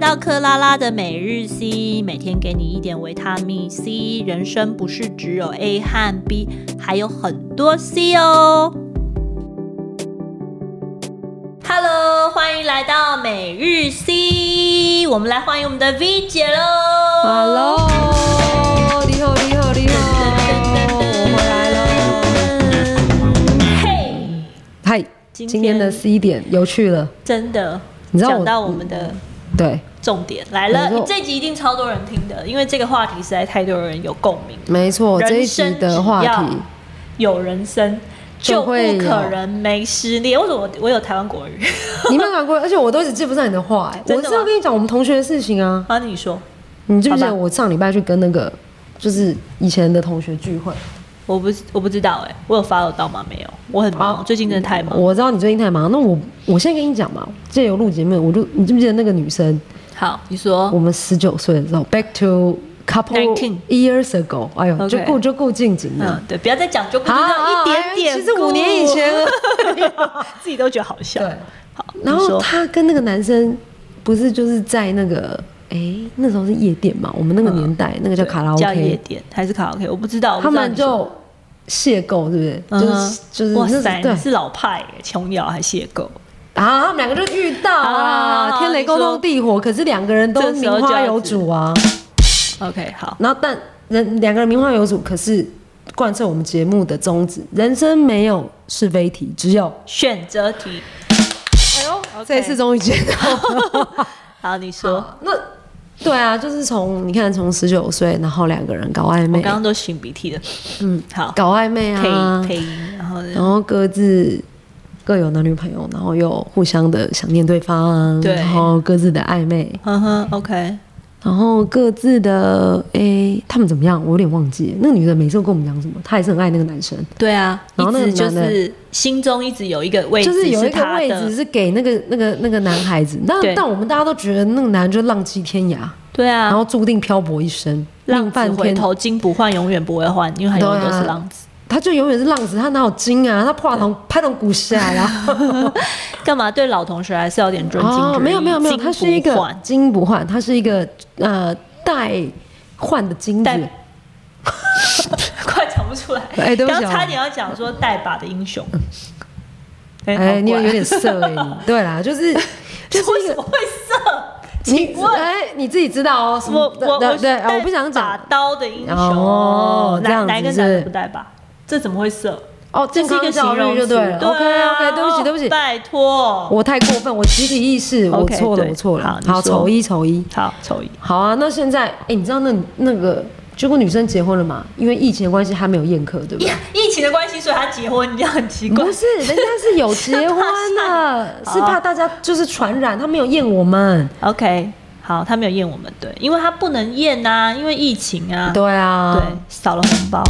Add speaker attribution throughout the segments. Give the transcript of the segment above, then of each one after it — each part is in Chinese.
Speaker 1: 到克拉拉的每日 C，每天给你一点维他命 C。人生不是只有 A 和 B，还有很多 C 哦。Hello，欢迎来到每日 C，我们来欢迎我们的 V 姐喽。
Speaker 2: Hello，你好，你好，你好，我回来了。
Speaker 1: 嘿，
Speaker 2: 嗨，
Speaker 1: 今天
Speaker 2: 今天的 C 点有趣了，
Speaker 1: 真的，
Speaker 2: 你知道我
Speaker 1: 讲到我们的
Speaker 2: 对，
Speaker 1: 重点来
Speaker 2: 没
Speaker 1: 了，
Speaker 2: 错
Speaker 1: 这集一定超多人听的，因为这个话题实在太多人有共鸣。
Speaker 2: 没错，这一
Speaker 1: 人
Speaker 2: 集
Speaker 1: 生
Speaker 2: 的话题，
Speaker 1: 有人生就
Speaker 2: 就
Speaker 1: 不
Speaker 2: 会
Speaker 1: 可
Speaker 2: 有
Speaker 1: 能没失恋。为什么我我有台湾国语？
Speaker 2: 你没有玩过，而且我都一直记不上你的话、哎
Speaker 1: 真
Speaker 2: 我
Speaker 1: 的吗
Speaker 2: 是要跟你讲我们同学的事情啊。
Speaker 1: 啊，你说，
Speaker 2: 你记不记
Speaker 1: 好
Speaker 2: 得
Speaker 1: 吧
Speaker 2: 我上礼拜去跟那个就是以前的同学聚会？
Speaker 1: 我不我不知道哎、我有 follow 到吗？没有，我很忙，
Speaker 2: 好
Speaker 1: 最近真的太忙。
Speaker 2: 啊我知道你最近太忙，那我我现在跟你讲嘛，借由录节目，我就你记不记得那个女生？
Speaker 1: 好，你说
Speaker 2: 我们十九岁的时候，back to couple
Speaker 1: Nineteen
Speaker 2: years ago，哎呦
Speaker 1: OK
Speaker 2: 就顾就顾近景的。
Speaker 1: 嗯，对，不要再讲，就不知
Speaker 2: 好
Speaker 1: 道一点点
Speaker 2: 哎
Speaker 1: 故。
Speaker 2: 其实五年以前了
Speaker 1: 自己都觉得好笑。
Speaker 2: 对，
Speaker 1: 好，
Speaker 2: 然
Speaker 1: 你
Speaker 2: 后
Speaker 1: 说
Speaker 2: 他跟那个男生不是就是在那个哎、那时候是夜店嘛，我们那个年代、那个叫
Speaker 1: 对
Speaker 2: 卡拉
Speaker 1: 叫夜
Speaker 2: OK，
Speaker 1: 店还是卡拉 OK，我不知道。我不
Speaker 2: 他
Speaker 1: 知道
Speaker 2: 们
Speaker 1: 你说
Speaker 2: 就邂逅，对不对？
Speaker 1: 嗯
Speaker 2: 就是
Speaker 1: 哼
Speaker 2: 就是
Speaker 1: 哇
Speaker 2: 那
Speaker 1: 塞，
Speaker 2: 是对
Speaker 1: 你是老派耶，琼瑶还邂逅，
Speaker 2: 啊，他们两个就遇到
Speaker 1: 好好好
Speaker 2: 啊，天雷勾
Speaker 1: 你说
Speaker 2: 动地火，可是两个人都
Speaker 1: 这时
Speaker 2: 名
Speaker 1: 候就
Speaker 2: 花
Speaker 1: 要
Speaker 2: 有
Speaker 1: 指
Speaker 2: 主啊。
Speaker 1: OK，好，
Speaker 2: 然后但人两个人名花有主，可是贯彻我们节目的宗旨，人生没有是非题，只有
Speaker 1: 选择题。哎呦
Speaker 2: 这一次终于见到了。
Speaker 1: 好，你说。
Speaker 2: 那对啊，就是从你看从十九岁，然后两个人搞暧
Speaker 1: 我
Speaker 2: 昧，
Speaker 1: 刚刚都擤鼻涕了。嗯，好，
Speaker 2: 搞暧昧
Speaker 1: 配
Speaker 2: 啊，
Speaker 1: 配音，然后呢
Speaker 2: 然后各自各有男女朋友，然后又互相的想念对方，
Speaker 1: 对
Speaker 2: 然后各自的暧昧，
Speaker 1: 呵呵，OK，嗯
Speaker 2: 然后各自的诶、他们怎么样？我有点忘记了。那个女的每次都跟我们讲什么，她还是很爱那个男生，
Speaker 1: 对啊，
Speaker 2: 然后那
Speaker 1: 一
Speaker 2: 个
Speaker 1: 直就
Speaker 2: 男的
Speaker 1: 是心中一直有一个位置，
Speaker 2: 就是有一个
Speaker 1: 他
Speaker 2: 位
Speaker 1: 的
Speaker 2: 置，是给那个那个那个男孩子，但
Speaker 1: 对
Speaker 2: 但我们大家都觉得那个男人就浪迹天涯，
Speaker 1: 对
Speaker 2: 然
Speaker 1: 啊，
Speaker 2: 后注定漂泊一生，
Speaker 1: 浪子
Speaker 2: 犯
Speaker 1: 回
Speaker 2: 天
Speaker 1: 头金不换，永远不会换，因为很多
Speaker 2: 对
Speaker 1: 都
Speaker 2: 啊
Speaker 1: 是浪子。
Speaker 2: 他就永远是浪子，他哪有精啊？他破铜拍铜鼓下呀！
Speaker 1: 干嘛对老同学还是要有点尊敬之意？
Speaker 2: 哦没有没有没有，他是一
Speaker 1: 金不
Speaker 2: 个
Speaker 1: 换
Speaker 2: 金不换，他是一个呃代换的金子。
Speaker 1: 代 快讲不出来，
Speaker 2: 哎对不起
Speaker 1: 刚刚
Speaker 2: 哦
Speaker 1: 差点要讲说带把的英雄。哎
Speaker 2: 哎，你有有点
Speaker 1: 色，
Speaker 2: 色哎、你对 啦，就是就是
Speaker 1: 为
Speaker 2: 一
Speaker 1: 什
Speaker 2: 个
Speaker 1: 么会色？
Speaker 2: 你
Speaker 1: 请问
Speaker 2: 哎，你自己知道哦。什么
Speaker 1: 我我
Speaker 2: 对
Speaker 1: 我
Speaker 2: 对，哎
Speaker 1: 带
Speaker 2: 我不想
Speaker 1: 把
Speaker 2: 讲
Speaker 1: 刀的英雄
Speaker 2: 哦这
Speaker 1: 哪
Speaker 2: 样子
Speaker 1: 哪一个男
Speaker 2: 是
Speaker 1: 的不带把？这怎么会色？
Speaker 2: 哦，健
Speaker 1: 是一
Speaker 2: 康
Speaker 1: 个
Speaker 2: 教
Speaker 1: 形
Speaker 2: 育
Speaker 1: 容
Speaker 2: 就
Speaker 1: 词，
Speaker 2: 对了。OK
Speaker 1: 啊
Speaker 2: OK，对不起对
Speaker 1: 哦
Speaker 2: 不起，
Speaker 1: 拜托。
Speaker 2: 我太过分，我集体意识，我
Speaker 1: OK，
Speaker 2: 错了
Speaker 1: 对
Speaker 2: 我错
Speaker 1: 好
Speaker 2: 了。
Speaker 1: 你
Speaker 2: 好，
Speaker 1: 说
Speaker 2: 丑一丑一。
Speaker 1: 好，丑一。
Speaker 2: 好啊，那现在哎，你知道那那个结果女生结婚了嘛？因为疫情的关系，她没有宴客，对不对
Speaker 1: 疫？疫情的关系，所以他结婚，你这样很奇怪
Speaker 2: 不。是，人家是有结婚 的，
Speaker 1: 吓
Speaker 2: 是怕大家就是传染，他没有验我们。
Speaker 1: OK，好，他没有验我们，对，因为他不能验啊，因为疫情啊，
Speaker 2: 对啊，
Speaker 1: 对，少了红包，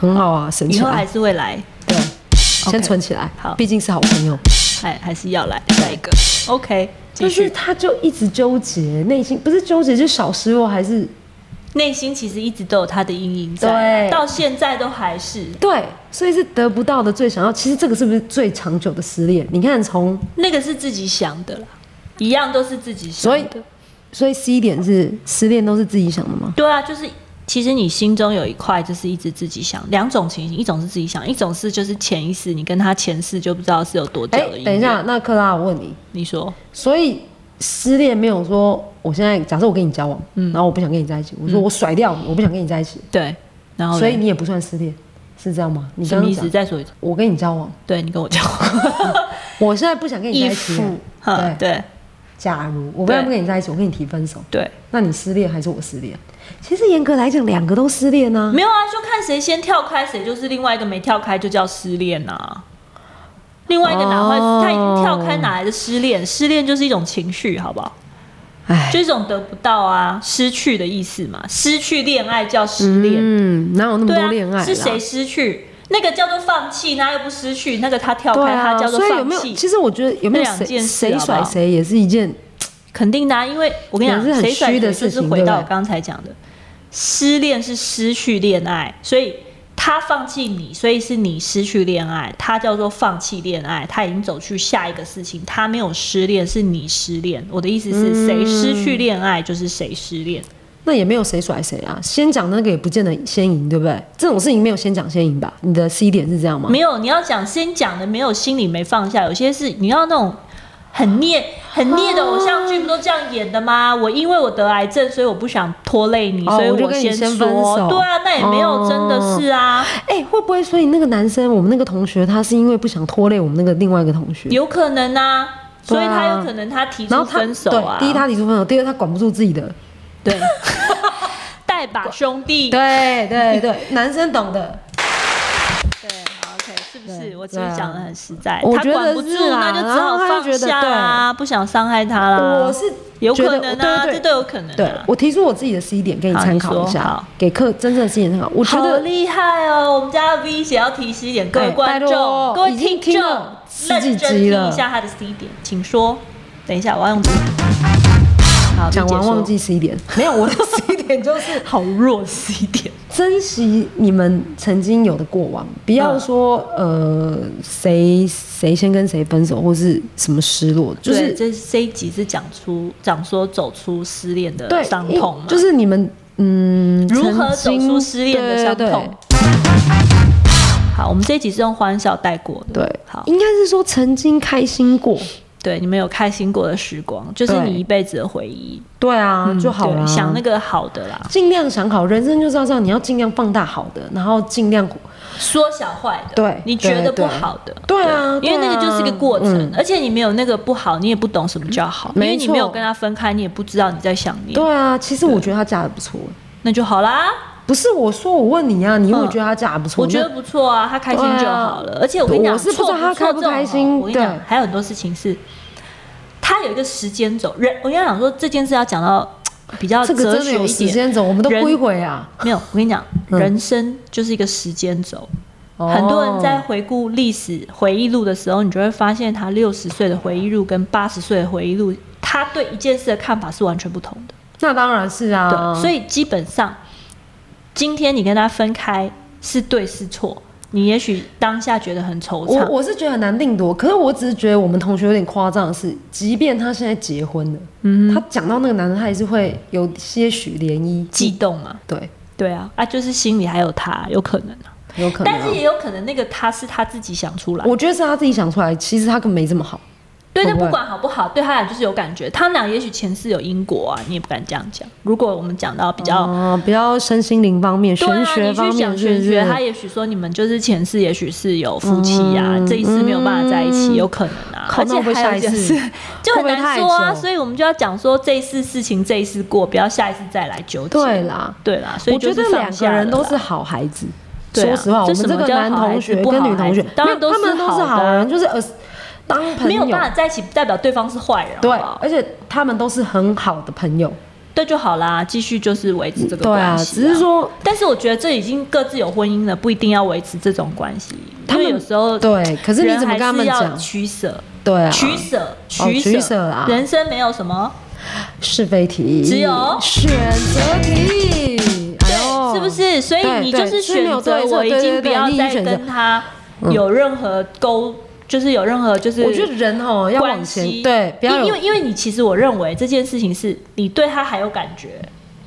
Speaker 2: 很好啊，省
Speaker 1: 以
Speaker 2: 起
Speaker 1: 后还
Speaker 2: 来，
Speaker 1: 是会来，
Speaker 2: 对，
Speaker 1: OK，
Speaker 2: 先存起来
Speaker 1: 好，
Speaker 2: 毕竟是好朋友。
Speaker 1: 还还是要来下一个。OK，继
Speaker 2: 但是
Speaker 1: 续。
Speaker 2: 他就一直纠结，内心不是纠结，就是小时候还是
Speaker 1: 内心其实一直都有他的阴影在啊，
Speaker 2: 对
Speaker 1: 到现在都还是。
Speaker 2: 对，所以是得不到的最想要。其实这个是不是最长久的失恋？你看从，
Speaker 1: 那个是自己想的啦，一样都是自己想的。
Speaker 2: 所以所以 C 点是失恋都是自己想的吗？
Speaker 1: 对啊，就是其实你心中有一块，就是一直自己想两种情形，一种是自己想，一种是就是潜意识，你跟他前世就不知道是有多久
Speaker 2: 哎、
Speaker 1: 的、
Speaker 2: 等一，下，那克拉，我问你，
Speaker 1: 你说
Speaker 2: 所以失恋没有说，我现在假设我跟你交往，
Speaker 1: 嗯
Speaker 2: 然后我不想跟你在一起，我说我甩掉你，我不想跟你在一起，
Speaker 1: 哦对，然后
Speaker 2: 所
Speaker 1: 嘞
Speaker 2: 以你也不算失恋，是这样吗？你
Speaker 1: 什
Speaker 2: 刚
Speaker 1: 么
Speaker 2: 刚
Speaker 1: 意思？
Speaker 2: 讲，
Speaker 1: 再说一次，
Speaker 2: 我跟你交往，
Speaker 1: 对你跟我讲，
Speaker 2: 我现在不想跟 你在一起了，
Speaker 1: 哈，
Speaker 2: 对，
Speaker 1: 对
Speaker 2: 假如我不要不跟你在一起，我跟你提分手，
Speaker 1: 对，
Speaker 2: 那你失恋还是我失恋？其实严格来讲，两个都失恋啊。
Speaker 1: 没有啊，就看谁先跳开，谁就是另外一个没跳开，就叫失恋啊。另外一个哪会、
Speaker 2: 哦
Speaker 1: 他已经跳开，哪来的失恋？失恋就是一种情绪，好不好？
Speaker 2: 哎，
Speaker 1: 就一种得不到啊、失去的意思嘛。失去恋爱叫失恋，
Speaker 2: 嗯，哪有那么
Speaker 1: 对
Speaker 2: 多
Speaker 1: 啊，
Speaker 2: 恋爱啦？
Speaker 1: 是谁失去？那个叫做放弃，那又不失去，那个他跳开，
Speaker 2: 对
Speaker 1: 他
Speaker 2: 啊，
Speaker 1: 叫做
Speaker 2: 所以有
Speaker 1: 放
Speaker 2: 没有？
Speaker 1: 弃，
Speaker 2: 其实我觉得有没有
Speaker 1: 这两
Speaker 2: 谁
Speaker 1: 件事啊
Speaker 2: 谁
Speaker 1: 好不好
Speaker 2: 甩谁也是一件
Speaker 1: 肯定的、啊，因为我跟你讲，
Speaker 2: 也是很
Speaker 1: 谁甩
Speaker 2: 虚的
Speaker 1: 谁就
Speaker 2: 事
Speaker 1: 是
Speaker 2: 情
Speaker 1: 回
Speaker 2: 对
Speaker 1: 到
Speaker 2: 不
Speaker 1: 我
Speaker 2: 对
Speaker 1: 刚才讲的，失恋是失去恋爱，所以他放弃你，所以是你失去恋爱，他叫做放弃恋爱，他已经走去下一个事情，他没有失恋，是你失恋。我的意思是，谁失
Speaker 2: 嗯
Speaker 1: 去恋爱就是谁失恋。
Speaker 2: 那也没有谁甩谁啊，先讲那个也不见得先赢，对不对？这种事情没有先讲先赢吧？你的 C 点是这样吗？
Speaker 1: 没有，你要讲先讲的，没有心里没放下，有些是你要那种很虐、很虐的偶像剧，不都这样演的吗？我因为我得癌症，所以我不想拖累你，
Speaker 2: 哦
Speaker 1: 所以
Speaker 2: 我就
Speaker 1: 我
Speaker 2: 跟你
Speaker 1: 说。
Speaker 2: 先分手
Speaker 1: 对啊，那也没有真的是啊，
Speaker 2: 哎、会不会所以那个男生，我们那个同学，他是因为不想拖累我们那个另外一个同学，
Speaker 1: 有可能啊。所以
Speaker 2: 对啊
Speaker 1: 他有可能他提
Speaker 2: 然
Speaker 1: 出
Speaker 2: 后他
Speaker 1: 分手啊，
Speaker 2: 对，第一他提出分手，第二他管不住自己的，
Speaker 1: 对，带把兄弟，
Speaker 2: 对对对，男生懂的，
Speaker 1: 对好，OK，是哦不
Speaker 2: 对
Speaker 1: 是？我是不
Speaker 2: 对啊
Speaker 1: 是讲的很实在？
Speaker 2: 我
Speaker 1: 他
Speaker 2: 觉得
Speaker 1: 管不住，
Speaker 2: 是啊
Speaker 1: 那就只
Speaker 2: 然后
Speaker 1: 好
Speaker 2: 他就觉
Speaker 1: 放
Speaker 2: 得
Speaker 1: 下啦，不想伤害他啦。
Speaker 2: 我是
Speaker 1: 啊有
Speaker 2: 觉
Speaker 1: 可
Speaker 2: 得
Speaker 1: 能啊，
Speaker 2: 对
Speaker 1: 这
Speaker 2: 对
Speaker 1: 都有可能
Speaker 2: 对
Speaker 1: 啊。
Speaker 2: 我提出我自己的 C 点给你
Speaker 1: 好
Speaker 2: 参
Speaker 1: 你
Speaker 2: 考
Speaker 1: 说
Speaker 2: 一下
Speaker 1: 好，
Speaker 2: 给客真正的 C 点参考。我觉
Speaker 1: 好
Speaker 2: 得
Speaker 1: 厉害哦！我们家的 V 写要提示一点，各位
Speaker 2: 哎
Speaker 1: 观
Speaker 2: 拜托
Speaker 1: 众、各位
Speaker 2: 已经
Speaker 1: 听
Speaker 2: 听
Speaker 1: 众
Speaker 2: 了，十几
Speaker 1: 认真
Speaker 2: 集了
Speaker 1: 听一下他的 C 点，请说。等一下，我要用笔。好，
Speaker 2: 讲完
Speaker 1: 理解说
Speaker 2: 忘记 C 点， 没有我的 C 点就是
Speaker 1: 好弱的 C 点。
Speaker 2: 珍惜你们曾经有的过往，不要说、
Speaker 1: 嗯
Speaker 2: 呃谁谁先跟谁分手或是什么失落，就
Speaker 1: 对
Speaker 2: 是
Speaker 1: 这这一集是讲出讲说走出失恋的
Speaker 2: 对
Speaker 1: 伤
Speaker 2: 因
Speaker 1: 痛嘛，啊
Speaker 2: 就是你们嗯
Speaker 1: 如何走
Speaker 2: 曾经
Speaker 1: 出失恋的伤
Speaker 2: 对对对
Speaker 1: 痛。好，我们这一集是用欢笑带过的。
Speaker 2: 对，
Speaker 1: 好，
Speaker 2: 应该是说曾经开心过，
Speaker 1: 对，你们有开心过的时光，就是
Speaker 2: 对
Speaker 1: 你一辈子的回忆，
Speaker 2: 对啊，就好
Speaker 1: 嗯对
Speaker 2: 了。
Speaker 1: 想那个好的啦，
Speaker 2: 尽量想好，人生就是要这样，你要尽量放大好的，然后尽量
Speaker 1: 嗯缩小坏的，
Speaker 2: 对
Speaker 1: 你觉得
Speaker 2: 对
Speaker 1: 不
Speaker 2: 对
Speaker 1: 好的，
Speaker 2: 对啊
Speaker 1: 因为
Speaker 2: 对
Speaker 1: 那
Speaker 2: 啊
Speaker 1: 个就是个过程，而且你没有那个不好，你也不懂什么叫好，因
Speaker 2: 没
Speaker 1: 为你没有
Speaker 2: 错
Speaker 1: 跟他分开，你也不知道你在想念，
Speaker 2: 对啊。其实我觉得他嫁的不错，
Speaker 1: 那就好啦。
Speaker 2: 不是我说我问你啊，你会
Speaker 1: 嗯
Speaker 2: 觉得他嫁的不错？
Speaker 1: 我觉得不错啊，他开心就好了。而且我跟你讲，
Speaker 2: 啊我是不知
Speaker 1: 错
Speaker 2: 道他开不
Speaker 1: 错这种
Speaker 2: 开心
Speaker 1: 我跟你讲
Speaker 2: 对，
Speaker 1: 还有很多事情是，他有一个时间轴。人，我跟你讲说这件事要讲到比较
Speaker 2: 那这个
Speaker 1: 哲
Speaker 2: 真的
Speaker 1: 学
Speaker 2: 有
Speaker 1: 一
Speaker 2: 时
Speaker 1: 点，
Speaker 2: 间轴，我们都
Speaker 1: 人
Speaker 2: 归回啊。
Speaker 1: 没有，我跟你讲，
Speaker 2: 嗯
Speaker 1: 人生就是一个时间轴。很多人在
Speaker 2: 哦
Speaker 1: 回顾历史回忆录的时候，你就会发现他六十岁的回忆录跟八十岁的回忆录，他对一件事的看法是完全不同的。
Speaker 2: 那当然是啊，
Speaker 1: 对，所
Speaker 2: 以
Speaker 1: 以基本上，今天你跟他分开是对是错，你也许当下觉得很惆
Speaker 2: 我
Speaker 1: 怅，
Speaker 2: 我是觉得很难定夺。可是我只是觉得我们同学有点夸张的是，即便他现在结婚了，嗯，他讲到那个男的，他也是会有些许涟漪。
Speaker 1: 悸动嘛，
Speaker 2: 对，
Speaker 1: 对啊，啊，就是心里还有他，有可能啊，
Speaker 2: 有可能啊、
Speaker 1: 但是也有可能那个他是他自己想出来的，
Speaker 2: 我觉得是他自己想出来，其实他根本没这么好。
Speaker 1: 对，
Speaker 2: 会
Speaker 1: 但不
Speaker 2: 不会
Speaker 1: 管好不好，对他俩就是有感觉，他们俩也许前世有因果啊，你也不敢这样讲。如果我们讲到比较。
Speaker 2: 哦，比较身心灵方面、
Speaker 1: 对
Speaker 2: 玄
Speaker 1: 啊，
Speaker 2: 学
Speaker 1: 你
Speaker 2: 方
Speaker 1: 去
Speaker 2: 面
Speaker 1: 讲
Speaker 2: 是
Speaker 1: 玄
Speaker 2: 不
Speaker 1: 学，
Speaker 2: 是，
Speaker 1: 他也许说你们就是前世，也许是有夫妻啊，
Speaker 2: 嗯
Speaker 1: 这一世没有办法在一起，有可能啊。
Speaker 2: 靠
Speaker 1: 而
Speaker 2: 那
Speaker 1: 且
Speaker 2: 会不会
Speaker 1: 还有
Speaker 2: 下一
Speaker 1: 一件
Speaker 2: 世
Speaker 1: 事就很
Speaker 2: 会不会
Speaker 1: 难
Speaker 2: 太
Speaker 1: 说啊，
Speaker 2: 久
Speaker 1: 所以我们就要讲说这一世事情这一世过，不要下一次再来纠结。
Speaker 2: 对啦。
Speaker 1: 对啦，所以
Speaker 2: 我觉
Speaker 1: 就
Speaker 2: 得
Speaker 1: 是
Speaker 2: 两
Speaker 1: 放
Speaker 2: 个
Speaker 1: 下
Speaker 2: 人都
Speaker 1: 了啦
Speaker 2: 是好孩子。
Speaker 1: 对啊
Speaker 2: 说实话，我
Speaker 1: 这
Speaker 2: 们
Speaker 1: 什
Speaker 2: 这
Speaker 1: 么
Speaker 2: 个
Speaker 1: 叫
Speaker 2: 男
Speaker 1: 好孩
Speaker 2: 同
Speaker 1: 子
Speaker 2: 学
Speaker 1: 不
Speaker 2: 跟
Speaker 1: 好
Speaker 2: 女
Speaker 1: 孩
Speaker 2: 同学
Speaker 1: 子，当然
Speaker 2: 没
Speaker 1: 都
Speaker 2: 有他们
Speaker 1: 是
Speaker 2: 都是
Speaker 1: 好
Speaker 2: 好
Speaker 1: 的啊
Speaker 2: 人，就是呃当朋
Speaker 1: 没有
Speaker 2: 友
Speaker 1: 办法在一起，不代表对啊方是坏人，
Speaker 2: 对
Speaker 1: 好不好，
Speaker 2: 而且他们都是很好的朋友，
Speaker 1: 对就好啦，继续就是维持这个
Speaker 2: 对啊，
Speaker 1: 关系。
Speaker 2: 只是。说
Speaker 1: 但是我觉得这已经各自有婚姻了，不一定要维持这种关系。
Speaker 2: 他
Speaker 1: 因为
Speaker 2: 们
Speaker 1: 有时候
Speaker 2: 对，可是你
Speaker 1: 呃人
Speaker 2: 怎么
Speaker 1: 还
Speaker 2: 跟他们
Speaker 1: 是要
Speaker 2: 讲？
Speaker 1: 取舍，
Speaker 2: 对啊，
Speaker 1: 取舍，
Speaker 2: 哦
Speaker 1: 取
Speaker 2: 取舍啊
Speaker 1: 人生没有什么，
Speaker 2: 是非题，
Speaker 1: 只有
Speaker 2: 选择题，哎呦，
Speaker 1: 是不？是？所以
Speaker 2: 对
Speaker 1: 你就是
Speaker 2: 对是没
Speaker 1: 选
Speaker 2: 有
Speaker 1: 择，
Speaker 2: 对错
Speaker 1: 我已
Speaker 2: 对
Speaker 1: 经
Speaker 2: 对
Speaker 1: 不
Speaker 2: 对
Speaker 1: 要
Speaker 2: 你已经
Speaker 1: 再
Speaker 2: 选择嗯
Speaker 1: 跟他有任何勾，就是有任何就是。
Speaker 2: 我觉得人哦要往
Speaker 1: 关
Speaker 2: 前
Speaker 1: 系，
Speaker 2: 对，不要
Speaker 1: 因
Speaker 2: 有
Speaker 1: 因为因为你其实我认为这件事情是你对他还有感觉，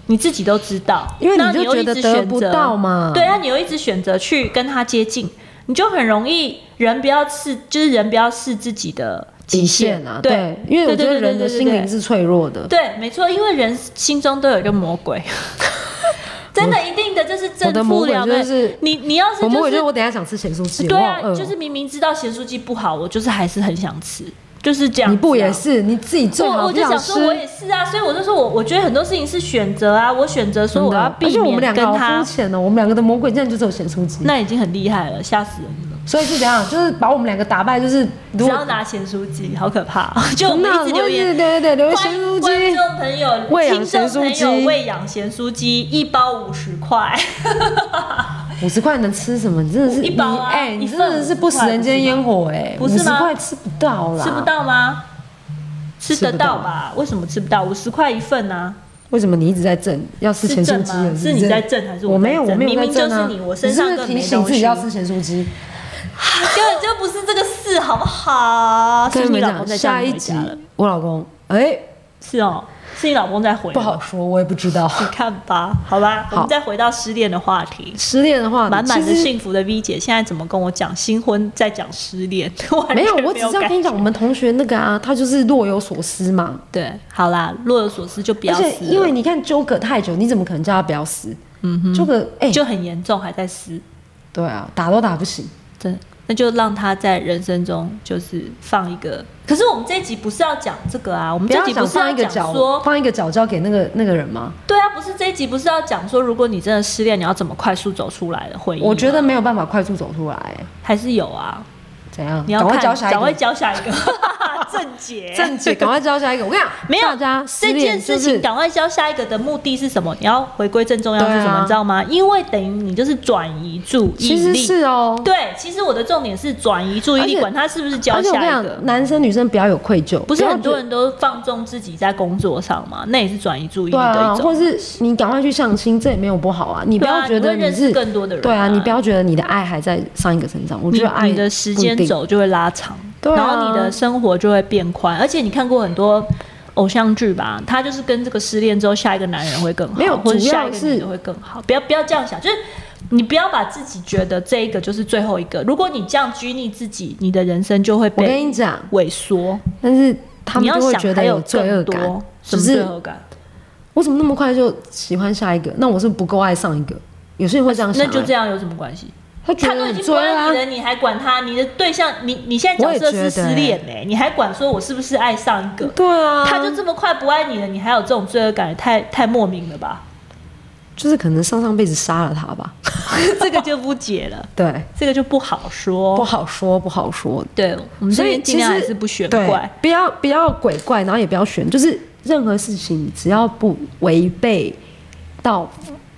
Speaker 1: 你自己都知道，
Speaker 2: 因为你
Speaker 1: 那
Speaker 2: 就
Speaker 1: 又
Speaker 2: 觉得
Speaker 1: 一直
Speaker 2: 得
Speaker 1: 选
Speaker 2: 不
Speaker 1: 择
Speaker 2: 到嘛
Speaker 1: 对啊，你又一直选择去跟他接近，你就很容易人不要试，就是人不要试自己的极
Speaker 2: 底线啊，
Speaker 1: 对，
Speaker 2: 对，因为我觉
Speaker 1: 对
Speaker 2: 得
Speaker 1: 对对
Speaker 2: 人的
Speaker 1: 对对
Speaker 2: 心
Speaker 1: 对
Speaker 2: 灵是脆弱的，
Speaker 1: 对，没错，因为人心中都有一个魔鬼，真的一定的，这是
Speaker 2: 我
Speaker 1: 正
Speaker 2: 的魔
Speaker 1: 负
Speaker 2: 鬼
Speaker 1: 两
Speaker 2: 就
Speaker 1: 面。
Speaker 2: 是
Speaker 1: 你你要是
Speaker 2: 我们
Speaker 1: 就
Speaker 2: 我觉
Speaker 1: 是
Speaker 2: 得我等一下想吃咸酥鸡，
Speaker 1: 对
Speaker 2: 我好
Speaker 1: 啊，
Speaker 2: 饿哦
Speaker 1: 就是明明知道咸酥鸡不好，我就是还是很想吃，就是这样、啊
Speaker 2: 你不也？是你自己最
Speaker 1: 我
Speaker 2: 好
Speaker 1: 我
Speaker 2: 不
Speaker 1: 就
Speaker 2: 想
Speaker 1: 想说，我
Speaker 2: 吃
Speaker 1: 也。是啊，所以我就说我我觉得很多事情是选择啊，我选择说
Speaker 2: 真
Speaker 1: 我要
Speaker 2: 的，而
Speaker 1: 避
Speaker 2: 且我
Speaker 1: 免
Speaker 2: 们两
Speaker 1: 跟
Speaker 2: 个好
Speaker 1: 他
Speaker 2: 肤，浅哦，我们两个的魔鬼竟然就只有咸酥鸡，
Speaker 1: 那已经很厉害了，吓死人了。
Speaker 2: 所以是怎样？就是把我们两个打败，就是如
Speaker 1: 只
Speaker 2: 果
Speaker 1: 要拿咸酥鸡，好可怕、啊 就我
Speaker 2: 真
Speaker 1: 们
Speaker 2: 的啊
Speaker 1: 一直留言，
Speaker 2: 对对对，留言
Speaker 1: 欢
Speaker 2: 咸
Speaker 1: 迎
Speaker 2: 酥
Speaker 1: 观
Speaker 2: 鸡，
Speaker 1: 众朋友、
Speaker 2: 喂养
Speaker 1: 听众
Speaker 2: 咸酥
Speaker 1: 朋
Speaker 2: 鸡
Speaker 1: 友喂养咸酥鸡，一包五十块，
Speaker 2: 五十块能吃什么？你真的是
Speaker 1: 一包啊
Speaker 2: 你哎，你
Speaker 1: 一份
Speaker 2: 真的是不食人间烟火哎，
Speaker 1: 不是吗
Speaker 2: 50块吃不到啦，
Speaker 1: 吃不到吗？吃
Speaker 2: 吃
Speaker 1: 得
Speaker 2: 不到
Speaker 1: 到吧？为什么吃不到？五十块一份啊！
Speaker 2: 为什么你一直在震？要吃
Speaker 1: 是
Speaker 2: 咸酥
Speaker 1: 正
Speaker 2: 鸡
Speaker 1: 吗
Speaker 2: 了？？
Speaker 1: 是你在震还是
Speaker 2: 我
Speaker 1: 在
Speaker 2: 没有，我
Speaker 1: 震
Speaker 2: 没有
Speaker 1: 明
Speaker 2: 在
Speaker 1: 明就
Speaker 2: 震啊！
Speaker 1: 是你，我身上
Speaker 2: 你
Speaker 1: 根
Speaker 2: 是不
Speaker 1: 本
Speaker 2: 是
Speaker 1: 没
Speaker 2: 提醒
Speaker 1: 东
Speaker 2: 自己
Speaker 1: 西。
Speaker 2: 要吃咸酥鸡。
Speaker 1: 根本就不是这个事，好不好？是
Speaker 2: 跟
Speaker 1: 不是你
Speaker 2: 你们
Speaker 1: 老公
Speaker 2: 讲，
Speaker 1: 在叫
Speaker 2: 下
Speaker 1: 你
Speaker 2: 一
Speaker 1: 回
Speaker 2: 集
Speaker 1: 家了，
Speaker 2: 我老公哎、
Speaker 1: 是哦，是你老公在回，
Speaker 2: 不好。说，我也不知道。
Speaker 1: 你看吧，好吧，我
Speaker 2: 好
Speaker 1: 们再回到失恋的话题。
Speaker 2: 失恋的话，
Speaker 1: 满满的
Speaker 2: 其实
Speaker 1: 幸福的 V 姐现在怎么跟我讲新婚在讲失恋？ 完全
Speaker 2: 没有，我
Speaker 1: 有
Speaker 2: 只是要
Speaker 1: 感
Speaker 2: 跟你讲，我们同学那个啊，他就是若有所思嘛。
Speaker 1: 对，好啦，若有所思就不
Speaker 2: 而
Speaker 1: 要
Speaker 2: 且
Speaker 1: 死了，
Speaker 2: 因为你看纠葛太久，你怎么可能叫他不要撕？嗯哼，纠葛哎，
Speaker 1: 就很严重，还在撕，
Speaker 2: 对啊，打都打不醒。
Speaker 1: 真的，那就让他在人生中就是放一个。可是我们这一集不是要讲这个啊，我们
Speaker 2: 不
Speaker 1: 这
Speaker 2: 要
Speaker 1: 集不
Speaker 2: 想
Speaker 1: 是
Speaker 2: 放一个
Speaker 1: 讲
Speaker 2: 脚，
Speaker 1: 说，
Speaker 2: 放一个脚交给那个那个人吗？
Speaker 1: 对啊，不是这一集不是要讲说，如果你真的失恋，你要怎么快速走出来的回忆吗？
Speaker 2: 我觉得没有办法快速走出来、哎
Speaker 1: 还是有啊，
Speaker 2: 怎样？
Speaker 1: 你要
Speaker 2: 赶快
Speaker 1: 看，
Speaker 2: 教下一
Speaker 1: 赶快
Speaker 2: 个。
Speaker 1: 教下一 个，正解，
Speaker 2: 正解，赶快教下一个。我跟你讲，
Speaker 1: 没有
Speaker 2: 大家失
Speaker 1: 这
Speaker 2: 恋
Speaker 1: 件事
Speaker 2: 就是
Speaker 1: 情，赶快教下一个的目的是什么？你要回归正重要是什
Speaker 2: 对
Speaker 1: 么？
Speaker 2: 啊
Speaker 1: 你知道吗？因为等于你就是转移注意
Speaker 2: 其实
Speaker 1: 力。
Speaker 2: 是哦、
Speaker 1: 对，其实我的重点是转移注意
Speaker 2: 而
Speaker 1: 力，
Speaker 2: 且
Speaker 1: 管他是不是教
Speaker 2: 而且我
Speaker 1: 下
Speaker 2: 跟
Speaker 1: 一
Speaker 2: 你
Speaker 1: 个
Speaker 2: 讲，。男生女生不要有愧疚，
Speaker 1: 不是
Speaker 2: 要
Speaker 1: 很多
Speaker 2: 觉得
Speaker 1: 人都放纵自己在工作上吗？那也是转移注意力
Speaker 2: 对
Speaker 1: 的
Speaker 2: 啊，
Speaker 1: 一
Speaker 2: 或
Speaker 1: 种。
Speaker 2: 是你赶快去相亲，这也没有不好啊。你不
Speaker 1: 对啊
Speaker 2: 要觉得
Speaker 1: 你会认识
Speaker 2: 是
Speaker 1: 更多的人啊
Speaker 2: 对啊，你不要觉得你的爱还在上一个身上。我觉得爱
Speaker 1: 你你的时间
Speaker 2: 不一定，
Speaker 1: 轴就会拉长，
Speaker 2: 对啊
Speaker 1: 然后你的生活就会变宽。而且你看过很多偶像剧吧？他就是跟这个失恋之后，下一个男人会更好，
Speaker 2: 没有
Speaker 1: 或者
Speaker 2: 主要
Speaker 1: 下一个女
Speaker 2: 是
Speaker 1: 人会更好。不要不要这样想，就是你不要把自己觉得这一个就是最后一个。如果你这样拘泥自己，你的人生就会
Speaker 2: 我跟
Speaker 1: 被
Speaker 2: 你讲，
Speaker 1: 萎缩。
Speaker 2: 但是他
Speaker 1: 你
Speaker 2: 们
Speaker 1: 要
Speaker 2: 就会
Speaker 1: 想
Speaker 2: 觉
Speaker 1: 还
Speaker 2: 得
Speaker 1: 有
Speaker 2: 罪
Speaker 1: 更
Speaker 2: 恶
Speaker 1: 多
Speaker 2: 感，
Speaker 1: 什
Speaker 2: 只
Speaker 1: 么罪
Speaker 2: 是
Speaker 1: 恶感？
Speaker 2: 我怎么那么快就喜欢下一个？那我是不是不够爱上一个？有些人会这样想、
Speaker 1: 那就这样有什么关系？
Speaker 2: 哎，他觉
Speaker 1: 他都已
Speaker 2: 得很
Speaker 1: 经不
Speaker 2: 追
Speaker 1: 爱
Speaker 2: 啊
Speaker 1: 你。了，你还管他？你的对象，你你现在
Speaker 2: 我
Speaker 1: 角
Speaker 2: 也
Speaker 1: 色是
Speaker 2: 觉得
Speaker 1: 失
Speaker 2: 欸
Speaker 1: 恋哎、你还管说我是不是爱上一个？
Speaker 2: 对啊，
Speaker 1: 他就这么快不爱你了，你还有这种罪恶感，太太莫名了吧？
Speaker 2: 就是可能上上辈子杀了他吧，
Speaker 1: 这个就不解了，
Speaker 2: 对，
Speaker 1: 这个就不好
Speaker 2: 不
Speaker 1: 说。
Speaker 2: 好说，不好说。
Speaker 1: 对我们这
Speaker 2: 所以
Speaker 1: 边尽量还是不
Speaker 2: 选
Speaker 1: 选怪，，
Speaker 2: 不要不要鬼怪，然后也不要选，就是任何事情只要不违背到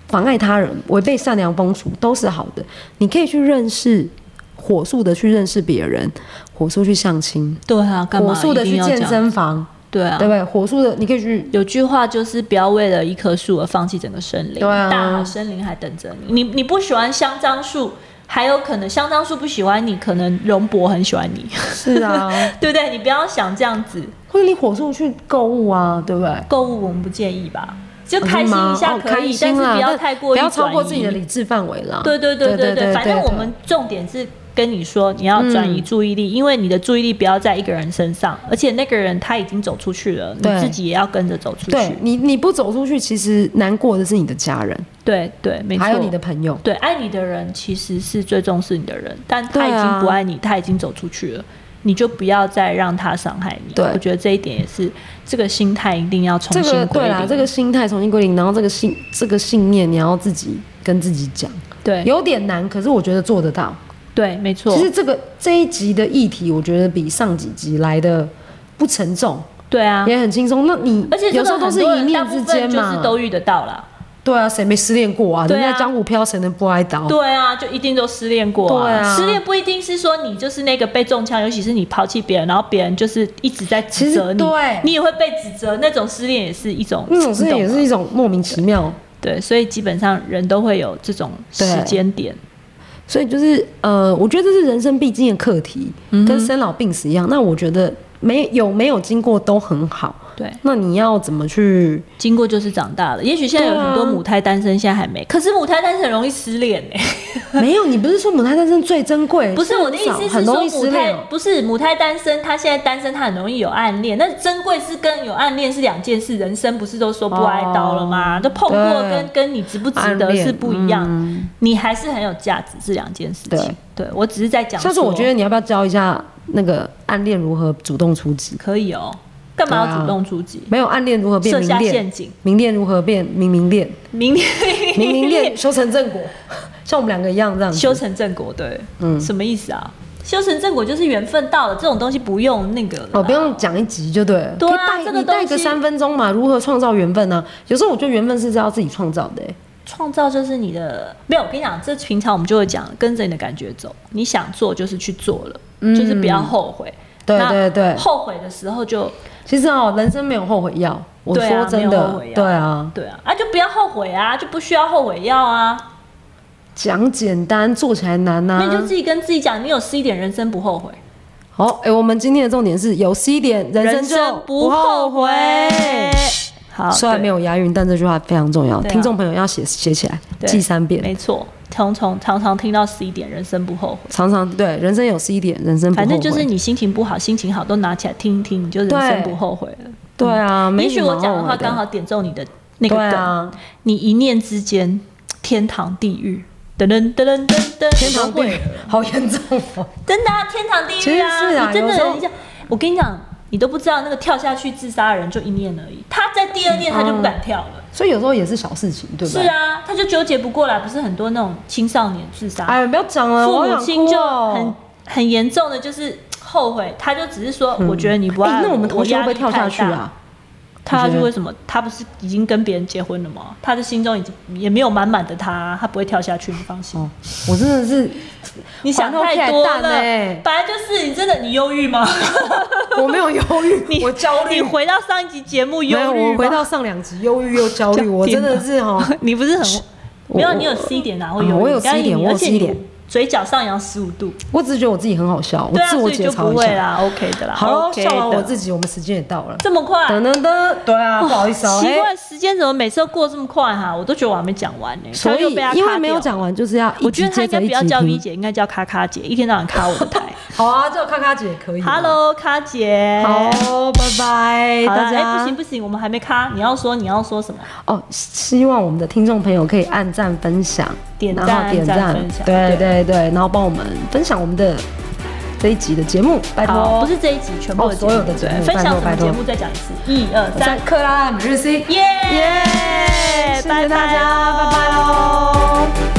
Speaker 2: 妨碍他人、违背善良风俗都是好的。你可以去认识，火速的去认识别人，火速去相亲，
Speaker 1: 对啊，干嘛
Speaker 2: 火速的
Speaker 1: 一
Speaker 2: 去
Speaker 1: 定要
Speaker 2: 健
Speaker 1: 这样？
Speaker 2: 身房，
Speaker 1: 对啊
Speaker 2: 对。不对？火速的你可以去。
Speaker 1: 有句话就是不要为了一棵树而放弃整个森林，
Speaker 2: 对啊
Speaker 1: 大好森林还等着你。你你不喜欢香樟树，还有可能香樟树不喜欢你，可能荣博很喜欢你，
Speaker 2: 是啊，
Speaker 1: 对不对？你不要想这样子，
Speaker 2: 或者你火速去购物啊，对不对？
Speaker 1: 购物我们不建议吧，就开
Speaker 2: 是
Speaker 1: 心
Speaker 2: 吗
Speaker 1: 一下
Speaker 2: 哦
Speaker 1: 可
Speaker 2: 开
Speaker 1: 以，但
Speaker 2: 心
Speaker 1: 是
Speaker 2: 啦
Speaker 1: 不要
Speaker 2: 但
Speaker 1: 太过于
Speaker 2: 不要超过
Speaker 1: 转
Speaker 2: 自己的
Speaker 1: 移
Speaker 2: 理智范围啦。
Speaker 1: 对对对对对，反正
Speaker 2: 对
Speaker 1: 我们重点是跟你说，你要转移
Speaker 2: 嗯
Speaker 1: 注意力，因为你的注意力不要在一个人身上，而且那个人他已经走出去了，你
Speaker 2: 对
Speaker 1: 自己也要跟着走出去。
Speaker 2: 对你你不走出去，其实难过的是你的家人，
Speaker 1: 对对，没错。
Speaker 2: 还有你的朋友。
Speaker 1: 对爱你的人其实是最重视你的人，但他
Speaker 2: 对
Speaker 1: 已
Speaker 2: 啊
Speaker 1: 经不爱你，他已经走出去了。你就不要再让他伤害你。
Speaker 2: 对
Speaker 1: 我觉得这一点也是这个心态一定要重
Speaker 2: 这
Speaker 1: 新
Speaker 2: 个
Speaker 1: 归
Speaker 2: 对啦
Speaker 1: 零。，啊
Speaker 2: 这个心态重新归零，然后这个信这个信念，你要自己跟自己讲，
Speaker 1: 对
Speaker 2: 有点难，可是我觉得做得到。
Speaker 1: 对，没错。
Speaker 2: 其实这个这一集的议题，我觉得比上几集来的不沉重，
Speaker 1: 对啊，
Speaker 2: 也很轻松。那你
Speaker 1: 而且这
Speaker 2: 有
Speaker 1: 个
Speaker 2: 时候都
Speaker 1: 很
Speaker 2: 是
Speaker 1: 多
Speaker 2: 一
Speaker 1: 人大
Speaker 2: 念
Speaker 1: 部
Speaker 2: 之
Speaker 1: 分
Speaker 2: 间
Speaker 1: 就是
Speaker 2: 嘛，
Speaker 1: 都遇得到啦。
Speaker 2: 对啊，谁没失恋过啊？
Speaker 1: 对啊
Speaker 2: 人家江湖飘，谁能不挨刀？
Speaker 1: 对啊，就一定都失恋过啊。
Speaker 2: 哦对啊
Speaker 1: 失恋不一定是说你就是那个被中枪，尤其是你抛弃别人，然后别人就是一直在指责你，
Speaker 2: 其实对
Speaker 1: 你也会被指责。那种失恋也是一种，
Speaker 2: 那种事情也
Speaker 1: 你懂
Speaker 2: 是
Speaker 1: 吗
Speaker 2: 一种莫名其妙。
Speaker 1: 对，所以基本上人都会有这种时间点。
Speaker 2: 所以就是呃，我觉得这是人生必经的课题，跟生老病死一样。那我觉得没有没有经过都很好。
Speaker 1: 对，
Speaker 2: 那你要怎么去？
Speaker 1: 经过就是长大了。也许现在有很多
Speaker 2: 对啊
Speaker 1: 母胎单身，现在还没，可是母胎单身很容易失恋哎、
Speaker 2: 没有，你不是说母胎单身最珍贵？
Speaker 1: 不是我的意
Speaker 2: 很少
Speaker 1: 思是
Speaker 2: 哎很
Speaker 1: 说
Speaker 2: 容易
Speaker 1: 母
Speaker 2: 失
Speaker 1: 胎
Speaker 2: 恋哦。
Speaker 1: 不是母胎单身，他现在单身，他很容易有暗恋。那珍贵是跟有暗恋是两件事，人生不是都说不挨刀了吗？都碰过
Speaker 2: 哦对
Speaker 1: 跟跟你值不值
Speaker 2: 暗
Speaker 1: 得
Speaker 2: 恋嗯
Speaker 1: 是不一样，你还是很有价值是两件事情。对我只是在讲说，
Speaker 2: 下次我觉得你要不要教一下那个暗恋如何主动出击？
Speaker 1: 可以哦，干嘛
Speaker 2: 对
Speaker 1: 要
Speaker 2: 啊
Speaker 1: 主动出击？
Speaker 2: 没有暗恋如何变
Speaker 1: 设
Speaker 2: 明
Speaker 1: 下陷
Speaker 2: 恋？
Speaker 1: 阱，
Speaker 2: 明恋如何变明明恋？
Speaker 1: 明天
Speaker 2: 明明 恋修成正果，像我们两个一样这样 子。
Speaker 1: 修成正果，对，嗯，什么意思啊？修成正果就是缘分到了，这种东西不用那个了啦
Speaker 2: 哦，不用讲一集就对了。
Speaker 1: 对啊
Speaker 2: 可以带
Speaker 1: 这个
Speaker 2: 你带
Speaker 1: 东
Speaker 2: 个
Speaker 1: 西
Speaker 2: 三分钟嘛，如何创造缘分呢、有时候我觉得缘分是要自己创造的、欸
Speaker 1: 创造就是你的没有，我跟你讲，这平常我们就会讲，跟着你的感觉走，你想做就是去做了，就是不要后悔。
Speaker 2: 嗯对
Speaker 1: 那
Speaker 2: 对对
Speaker 1: 后悔的时候就
Speaker 2: 其实哦，人生没有后悔药，我
Speaker 1: 对啊
Speaker 2: 说真
Speaker 1: 没有
Speaker 2: 的
Speaker 1: 后悔，啊
Speaker 2: 对啊，
Speaker 1: 对啊，啊就不要后悔啊，就不需要后悔药啊，
Speaker 2: 讲简单做起来难啊呐、
Speaker 1: 那你就自己跟自己讲，你有 C 点人生不后悔，
Speaker 2: 好，哎、我们今天的重点是有 C 点，人生就
Speaker 1: 不
Speaker 2: 后
Speaker 1: 悔。好，
Speaker 2: 虽然没
Speaker 1: 有，
Speaker 2: 有押韵，但这句话非常重要，
Speaker 1: 对啊
Speaker 2: 听众朋友要写写起来，
Speaker 1: 对
Speaker 2: 记三遍。
Speaker 1: 没错，常常常常听到 C 点人生不后悔。
Speaker 2: 常常对人生有 C 点，人生不后
Speaker 1: 反
Speaker 2: 悔
Speaker 1: 正就是你心情不好、心情好都拿起来听一听，你就人生
Speaker 2: 对
Speaker 1: 不后悔了。
Speaker 2: 对啊，没
Speaker 1: 也
Speaker 2: 什
Speaker 1: 许
Speaker 2: 么
Speaker 1: 我讲的
Speaker 2: 好
Speaker 1: 话
Speaker 2: 悔的
Speaker 1: 刚好点中你的那个
Speaker 2: 对
Speaker 1: 梗，
Speaker 2: 啊，
Speaker 1: 你一念之间，天堂地狱，噔噔噔噔噔噔，
Speaker 2: 天 堂地
Speaker 1: 地
Speaker 2: 狱好严重哦，
Speaker 1: 真的、啊、天堂地
Speaker 2: 其
Speaker 1: 狱
Speaker 2: 实
Speaker 1: 啊！
Speaker 2: 是啊
Speaker 1: 你真
Speaker 2: 有时
Speaker 1: 的，
Speaker 2: 候
Speaker 1: 你想，我跟你讲，你都不知道那个跳下去自杀的人就一念而已，他在第二念他就不敢跳了。
Speaker 2: 所以有时候也是小事情，对不
Speaker 1: 是
Speaker 2: 对？
Speaker 1: 啊，他就纠结不过来，不是很多那种青少年自杀，
Speaker 2: 哎呀，不要讲了，
Speaker 1: 父
Speaker 2: 我
Speaker 1: 母
Speaker 2: 想
Speaker 1: 亲
Speaker 2: 哭
Speaker 1: 就
Speaker 2: 哦
Speaker 1: 很很严重的就是后悔，他就只是说，我觉得你不爱、
Speaker 2: 哎那我们同学会不会跳下去
Speaker 1: 我压力太大？
Speaker 2: 啊？
Speaker 1: 他
Speaker 2: 你觉
Speaker 1: 是
Speaker 2: 得
Speaker 1: 为什么？他不是已经跟别人结婚了吗？他的心中已经也没有满满的他，他不会跳下去，你放心。
Speaker 2: 哦，我真 的是，
Speaker 1: 你想
Speaker 2: 还都
Speaker 1: 太
Speaker 2: 太
Speaker 1: 多
Speaker 2: 淡
Speaker 1: 了，
Speaker 2: 欸
Speaker 1: 本来就是你真的你忧郁 吗？
Speaker 2: 我没有忧郁，
Speaker 1: 你
Speaker 2: 我焦虑
Speaker 1: 你，回到上一集节目
Speaker 2: 没有，
Speaker 1: 忧
Speaker 2: 我
Speaker 1: 郁
Speaker 2: 回
Speaker 1: 吗？
Speaker 2: 到上两集忧郁又焦虑，我真 的是哦哈，
Speaker 1: 你不是很
Speaker 2: 我
Speaker 1: 没有？
Speaker 2: 我
Speaker 1: 你有 C 点哪会
Speaker 2: 啊
Speaker 1: 忧郁？
Speaker 2: 我有
Speaker 1: 你刚刚
Speaker 2: C 点
Speaker 1: 你
Speaker 2: 我有
Speaker 1: 而且
Speaker 2: C
Speaker 1: 你
Speaker 2: 点
Speaker 1: 嘴角上扬十五度，
Speaker 2: 我只是觉得我自己很好笑，我
Speaker 1: 对啊，
Speaker 2: 自
Speaker 1: 所
Speaker 2: 我
Speaker 1: 以
Speaker 2: 解
Speaker 1: 就
Speaker 2: 嘲
Speaker 1: 不
Speaker 2: 一
Speaker 1: 会
Speaker 2: 下。
Speaker 1: 啦，OK 的啦。
Speaker 2: 好了，
Speaker 1: OK
Speaker 2: 笑完我
Speaker 1: 的
Speaker 2: 自己，我们时间也到了。
Speaker 1: 这么快，
Speaker 2: 噔噔噔，对啊，不好意思哦，
Speaker 1: 奇
Speaker 2: 哎
Speaker 1: 怪，时间怎么每次都过这么快哈？我都觉得我还没讲完呢，
Speaker 2: 所
Speaker 1: 差点
Speaker 2: 以
Speaker 1: 就被他
Speaker 2: 因
Speaker 1: 卡
Speaker 2: 为没有
Speaker 1: 掉。
Speaker 2: 讲完，就是要一
Speaker 1: 我觉
Speaker 2: 集
Speaker 1: 得他
Speaker 2: 接
Speaker 1: 应该不
Speaker 2: 着一
Speaker 1: 要
Speaker 2: 集
Speaker 1: 叫 V
Speaker 2: 听。
Speaker 1: 姐，应该叫咔咔姐，一天到晚卡我的 台。
Speaker 2: 好啊，叫咔咔姐可以吗。
Speaker 1: Hello，咔姐。
Speaker 2: 好，拜拜，
Speaker 1: 好啦，
Speaker 2: 大
Speaker 1: 哎，
Speaker 2: 家。
Speaker 1: 不行不行，我们还没咔，你要说你要说什么？
Speaker 2: 哦，希望我们的听众朋友可以按赞分享，
Speaker 1: 点赞
Speaker 2: 然后点
Speaker 1: 按
Speaker 2: 赞
Speaker 1: 赞分享对
Speaker 2: 对对对，然后帮我们分享我们的这一集的节目，拜
Speaker 1: 好，
Speaker 2: 托。
Speaker 1: 不是这一集全部
Speaker 2: 哦所有的
Speaker 1: 节
Speaker 2: 节
Speaker 1: 目对
Speaker 2: 目
Speaker 1: 分
Speaker 2: 拜
Speaker 1: 享
Speaker 2: 托
Speaker 1: 什么
Speaker 2: 拜托
Speaker 1: 节目再讲一次，一二
Speaker 2: 我
Speaker 1: 三
Speaker 2: 在，克拉拉每日 C，
Speaker 1: 耶
Speaker 2: 耶，谢
Speaker 1: 拜拜
Speaker 2: 哦
Speaker 1: 哦
Speaker 2: 谢大家，拜拜喽。